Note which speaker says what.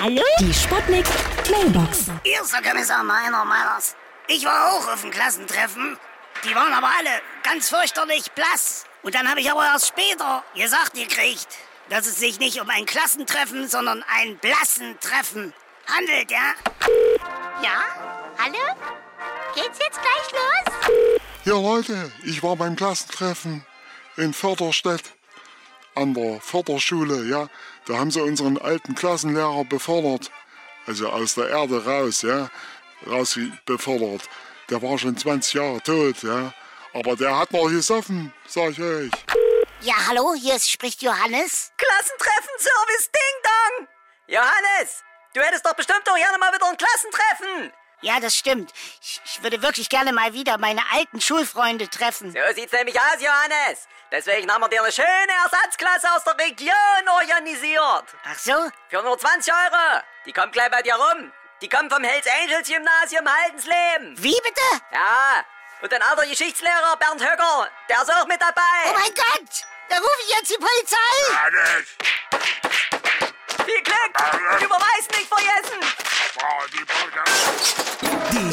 Speaker 1: Hallo?
Speaker 2: Die Sputnik Mailbox.
Speaker 3: Hier ist der Kommissar Meiner Meiners. Ich war auch auf dem Klassentreffen. Die waren aber alle ganz fürchterlich blass. Und dann habe ich aber erst später gesagt gekriegt, dass es sich nicht um ein Klassentreffen, sondern ein blassen Treffen handelt, ja?
Speaker 4: Ja? Hallo? Geht's jetzt gleich los?
Speaker 5: Ja, Leute, ich war beim Klassentreffen in Förderstedt an der Förderschule, ja. Da haben sie unseren alten Klassenlehrer befördert. Also aus der Erde raus, ja. Raus befördert. Der war schon 20 Jahre tot, ja. Aber der hat noch gesoffen, sag ich euch.
Speaker 3: Ja, hallo, hier ist- spricht Johannes.
Speaker 6: Klassentreffen-Service Ding Dong! Johannes, du hättest doch bestimmt doch gerne mal wieder ein Klassentreffen!
Speaker 3: Ja, das stimmt. Ich, ich würde wirklich gerne mal wieder meine alten Schulfreunde treffen.
Speaker 6: So sieht's nämlich aus, Johannes! Deswegen haben wir dir eine schöne Ersatzklasse aus der Region organisiert!
Speaker 3: Ach so?
Speaker 6: Für nur 20 Euro! Die kommt gleich bei dir rum! Die kommen vom Hells Angels Gymnasium Haldensleben!
Speaker 3: Wie bitte?
Speaker 6: Ja! Und dein alter Geschichtslehrer Bernd Höcker, der ist auch mit
Speaker 3: Oh
Speaker 6: dabei!
Speaker 3: mein Gott! Da rufe ich jetzt die Polizei!
Speaker 5: Alles,
Speaker 6: Viel Glück! Überweis nicht vergessen!
Speaker 5: war die Bürger.
Speaker 7: Die